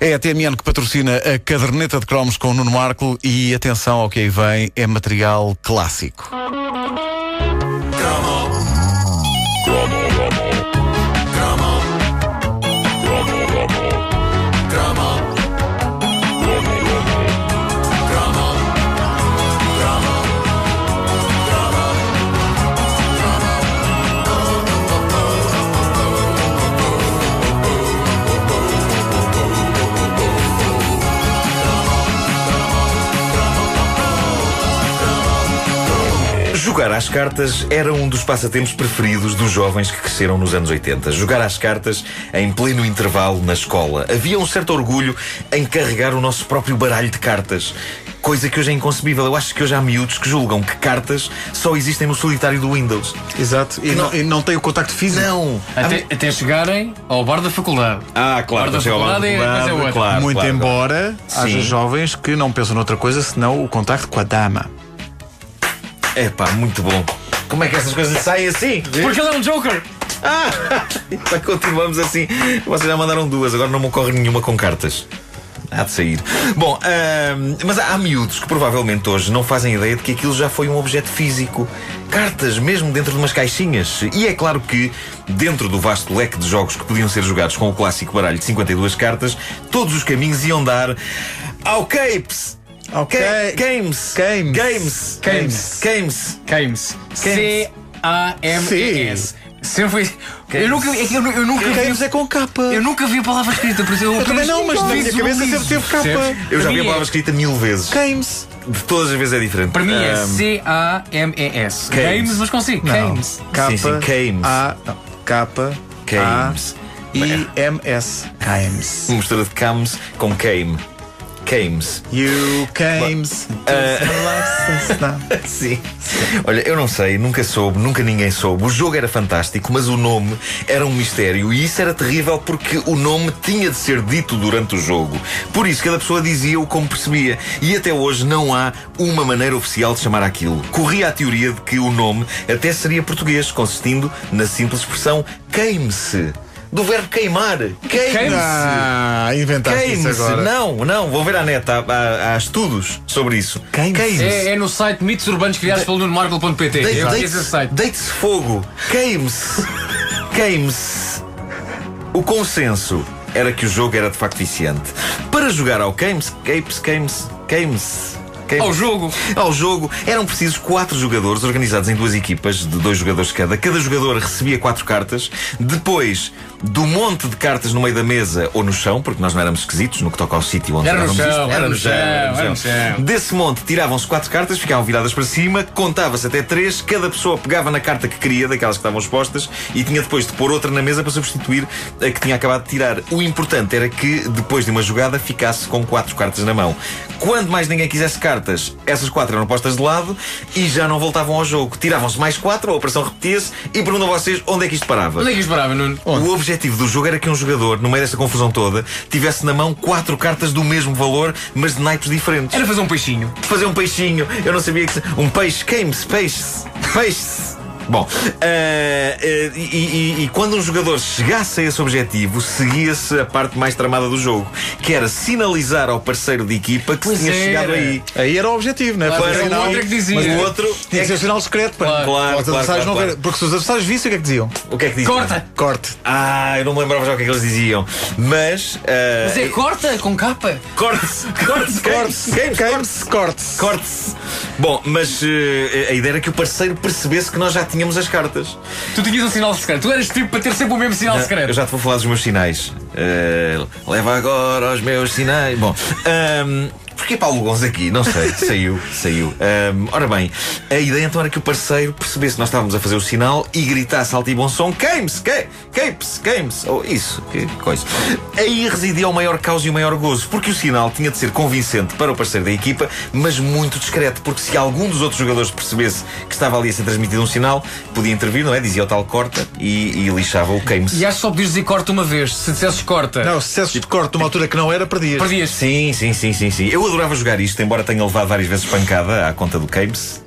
É a TMN que patrocina a caderneta de cromos com o Nuno Marco e atenção ao que aí vem, é material clássico. Jogar às cartas era um dos passatempos preferidos dos jovens que cresceram nos anos 80. Jogar às cartas em pleno intervalo na escola. Havia um certo orgulho em carregar o nosso próprio baralho de cartas. Coisa que hoje é inconcebível. Eu acho que hoje há miúdos que julgam que cartas só existem no solitário do Windows. Exato. E não, e não tem o contacto físico. Não! Até, até chegarem ao bar da faculdade. Ah, claro, Ora, da chega ao lado do faculdade é- mas é lado, outra. claro, Muito claro. embora haja Sim. jovens que não pensam noutra coisa senão o contacto com a dama. É pá, muito bom. Como é que essas coisas saem assim? Porque ele é um Joker! Ah! Mas continuamos assim. Vocês já mandaram duas, agora não me ocorre nenhuma com cartas. Há de sair. Bom, ahm, mas há, há miúdos que provavelmente hoje não fazem ideia de que aquilo já foi um objeto físico. Cartas, mesmo dentro de umas caixinhas. E é claro que, dentro do vasto leque de jogos que podiam ser jogados com o clássico baralho de 52 cartas, todos os caminhos iam dar ao Capes! Ao Ca- Ca- Games! Games. Games! Games. Games! Cames. Cames. C-A-M-E-S. Sempre foi. Eu nunca, é que eu, nu- eu nunca Games vi. é com capa. Eu nunca vi a palavra escrita, por isso eu, também não, mas na minha visualizo, cabeça sempre teve capa. percebes? Eu já Para vi a mim é- palavra escrita mil vezes. Games. De todas as vezes é diferente. Para mim é Ahm, C-A-M-E-S. Cames. Games, mas consigo. Não. Cames. Capa. Sim, sim, Games. A. não, Capa. Games. A. I. M. S. Games. Uma mistura de comes com came. Cames. You games. Sim. Olha, eu não sei, nunca soube, nunca ninguém soube. O jogo era fantástico, mas o nome era um mistério. E isso era terrível porque o nome tinha de ser dito durante o jogo. Por isso, cada pessoa dizia-o como percebia. E até hoje não há uma maneira oficial de chamar aquilo. Corria a teoria de que o nome até seria português, consistindo na simples expressão queime-se. Do verbo queimar. Queime-se. Ah, inventaste isso Queime-se. agora. Não, não, vou ver à net. Há, há- há estudos sobre isso. Queime-se. É, é no site mitos urbanos criados pelo nunomarco.pt. Deite- Eu deite- conheço esse site. Deite-se fogo. Queime-se. Queime-se. O consenso era que o jogo era de facto viciante. Para jogar ao Queime-se, Queime-se, Queime-se, Queime-se. queime-se. Ao jogo. Ao jogo eram precisos quatro jogadores organizados em duas equipas de dois jogadores cada. Cada jogador recebia quatro cartas. Depois do monte de cartas no meio da mesa ou no chão, porque nós não éramos esquisitos no que toca ao sítio onde Era no jogávamos chão, isto. era no chão, era no chão. Desse monte tiravam-se quatro cartas, ficavam viradas para cima, contava-se até três, cada pessoa pegava na carta que queria, daquelas que estavam expostas, e tinha depois de pôr outra na mesa para substituir a que tinha acabado de tirar. O importante era que, depois de uma jogada, ficasse com quatro cartas na mão. Quando mais ninguém quisesse cartas, essas quatro eram postas de lado e já não voltavam ao jogo. Tiravam-se mais quatro, a operação repetia-se, e pergunto a vocês onde é que isto parava. Onde é que isto parava, Nuno? O objetivo do jogo era que um jogador, no meio desta confusão toda, tivesse na mão quatro cartas do mesmo valor, mas de naipes diferentes Era fazer um peixinho. fazer um peixinho. Eu não sabia que. se- Um peixe, queime-se, peixe-se, peixe-se. Bom, eh, eh, e, e- e quando um jogador chegasse a esse objetivo, seguia-se a parte mais tramada do jogo, que era sinalizar ao parceiro de equipa que Pois se tinha era. chegado aí. Aí era o objetivo, não é? Claro, Fazer era o sinal- outro é que dizia. Mas O outro. Tinha que ser um sinal secreto para Claro, para os claro, adversários claro, não claro. ver- Porque se os adversários vissem, o que é que diziam? O que é que diz? Corta! Corte. Ah, eu não me lembrava já o que é que eles diziam. Mas. eh, Mas é corta com capa. Corte-se! Corte-se! Corte-se! queime-se, Games, corte. Corte-se! Bom, mas eh, a ideia era que o parceiro percebesse que nós já tínhamos as cartas. Tu tinhas um sinal secreto. Tu eras tipo para ter sempre o mesmo sinal Eu secreto. já te vou falar dos meus sinais. Eh, leva agora os meus sinais. Bom, ahm, porquê Paulo Gonzo aqui? Não sei. saiu, saiu. Ahm, ora bem, a ideia então era que o parceiro percebesse que nós estávamos a fazer o sinal e gritasse alto e bom som: Queime-se, que- queime-se, queime-se. Ou isso, que coisa. Aí residia o maior caos e o maior gozo, porque o sinal tinha de ser convincente para o parceiro da equipa, mas muito discreto, porque se algum dos outros jogadores percebesse que estava ali a ser transmitido um sinal, podia intervir, não é? Dizia o tal corta e, e lixava o queime-se. E acho que só podias dizer corta uma vez. Se dissesses corta, Não, sucessos de corte numa altura que não era, Tipo, perdias. perdias. Sim, sim, sim, sim, sim. Eu adorava jogar isto, embora tenha levado várias vezes pancada à conta do Games.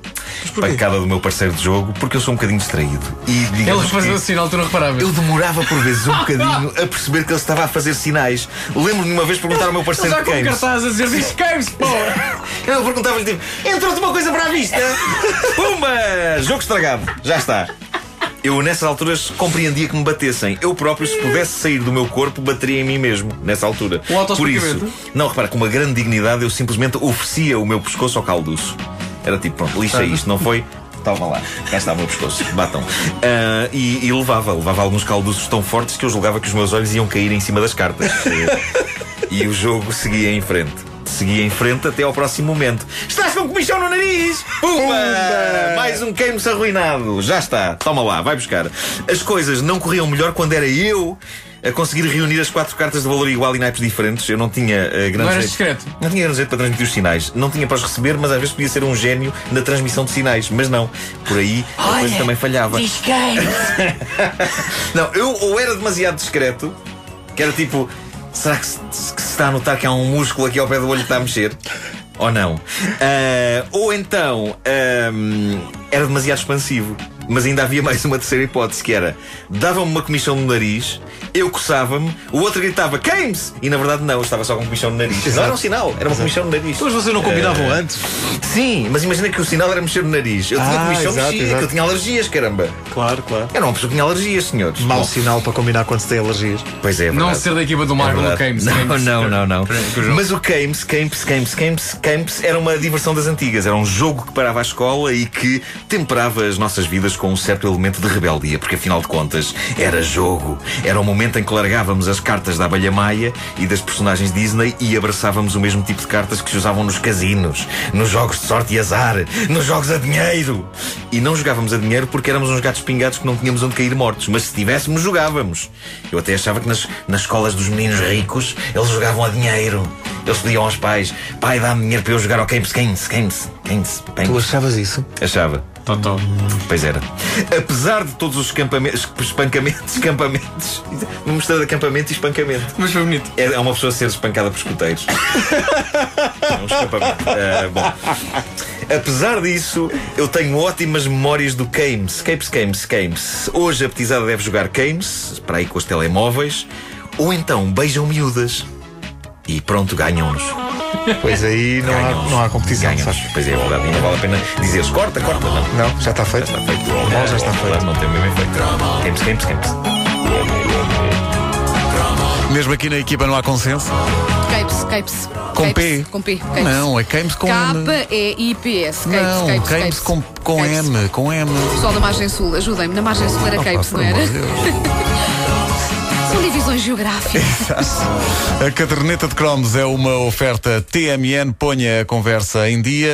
pacada do meu parceiro de jogo porque eu sou um bocadinho distraído. E Ele assim digamos fazia que sinal, tu não reparavas. eu demorava por vezes um bocadinho a perceber que ele estava a fazer sinais. Lembro-me de uma vez perguntar ao meu Ele parceiro já de com um games. cartaz a dizer diz Games, pô! Eu perguntava-lhe tipo: entrou-te uma coisa para a vista? Pumba! Jogo estragado, já está. Eu, nessas alturas, compreendia que me batessem. Eu próprio, se pudesse sair do meu corpo, bateria em mim mesmo, nessa altura. Um Por isso, autoexplicamento? não, repara, com uma grande dignidade, eu simplesmente oferecia o meu pescoço ao calduço. Era tipo, pronto, lixa isto, não foi? Toma lá, cá está o meu pescoço, batam. Ah, e, e levava, levava alguns calduços tão fortes que eu julgava que os meus olhos iam cair em cima das cartas. e o jogo seguia em frente. Seguia em frente até ao próximo momento. Estás com comichão no nariz! Pumba! Mais um queimo-se arruinado. Já está. Toma lá, vai buscar. As coisas não corriam melhor quando era eu a conseguir reunir as quatro cartas de valor igual e naipes diferentes. Eu não tinha eh, grande Não eras jeito- discreto? não tinha grande jeito para transmitir os sinais. Não tinha para os receber, mas às vezes podia ser um gênio na transmissão de sinais. Mas não. Por aí a coisa também falhava. Não, eu ou era demasiado discreto, que era tipo, será que se, que se está a notar que há um músculo aqui ao pé do olho que está a mexer? Ou não? Ah, ou então ahm, era demasiado expansivo. Mas ainda havia mais uma terceira hipótese que era davam-me uma comissão no nariz, eu coçava-me, o outro gritava Games! E na verdade não, eu estava só com comissão no nariz. Não era um sinal, era uma comissão no nariz. Mas vocês não Eh, combinavam antes? Sim, mas imagina que o sinal era mexer no nariz. Eu tinha Ah, comissão, exato, mexia, exato. é que eu tinha alergias, caramba. Claro, claro. Era uma pessoa que tinha alergias, senhores. Mau Bom, sinal para combinar quando se tem alergias. Pois é, é Não verdade. ser da equipa do É Marvel verdade. do Games. Não, Games. É não, não, não. Que o jogo- Mas o Games, Games, Games, Games, Games era uma diversão das antigas. Era um jogo que parava a escola e que temperava as nossas vidas com um certo elemento de rebeldia, porque afinal de contas era jogo. Era o momento em que largávamos as cartas da abelha maia e das personagens Disney e abraçávamos o mesmo tipo de cartas que se usavam nos casinos, nos jogos de sorte e azar, nos jogos a dinheiro. E não jogávamos a dinheiro porque éramos uns gatos pingados que não tínhamos onde cair mortos, mas se tivéssemos, jogávamos. Eu até achava que nas, nas escolas dos meninos ricos eles jogavam a dinheiro. Eles pediam aos pais: pai, dá-me dinheiro para eu jogar ao Games, Games, Games, Games, Tu Games. achavas isso? Achava. Totó. Pois era. Apesar de todos os escampamentos, espancamentos, escampamentos, uma mistura de acampamento e espancamento. Mas foi bonito. É é uma pessoa a ser espancada por escuteiros. É um escapamento. Ah, bom. Apesar disso, eu tenho ótimas memórias do Games. Games, Games, Games. Hoje a petizada deve jogar Games, para aí com os telemóveis, ou então beijam miúdas. E pronto, ganham-nos. Pois aí não há, Ganham-nos. não há competição, Ganham-nos. sabes? Pois é, é verdade. E não vale a pena dizeres corta, corta, não. Não, já está feito. Já está feito. É, mal já está feito. Não tem o mesmo efeito. Games, Games, Games. Mesmo aqui na equipa não há consenso? Capes, capes. Com Capes, P? Com P. capes. Não, é Games com M. K-E-I-P-S. Capes, Não, capes, Games capes. com, com Capes. M, com M. Pessoal da margem sul, ajudem-me. Na margem sul era Opa, capes, por não era? amor de Deus. São divisões geográficas. A caderneta de cromos é uma oferta TMN, ponha a conversa em dia.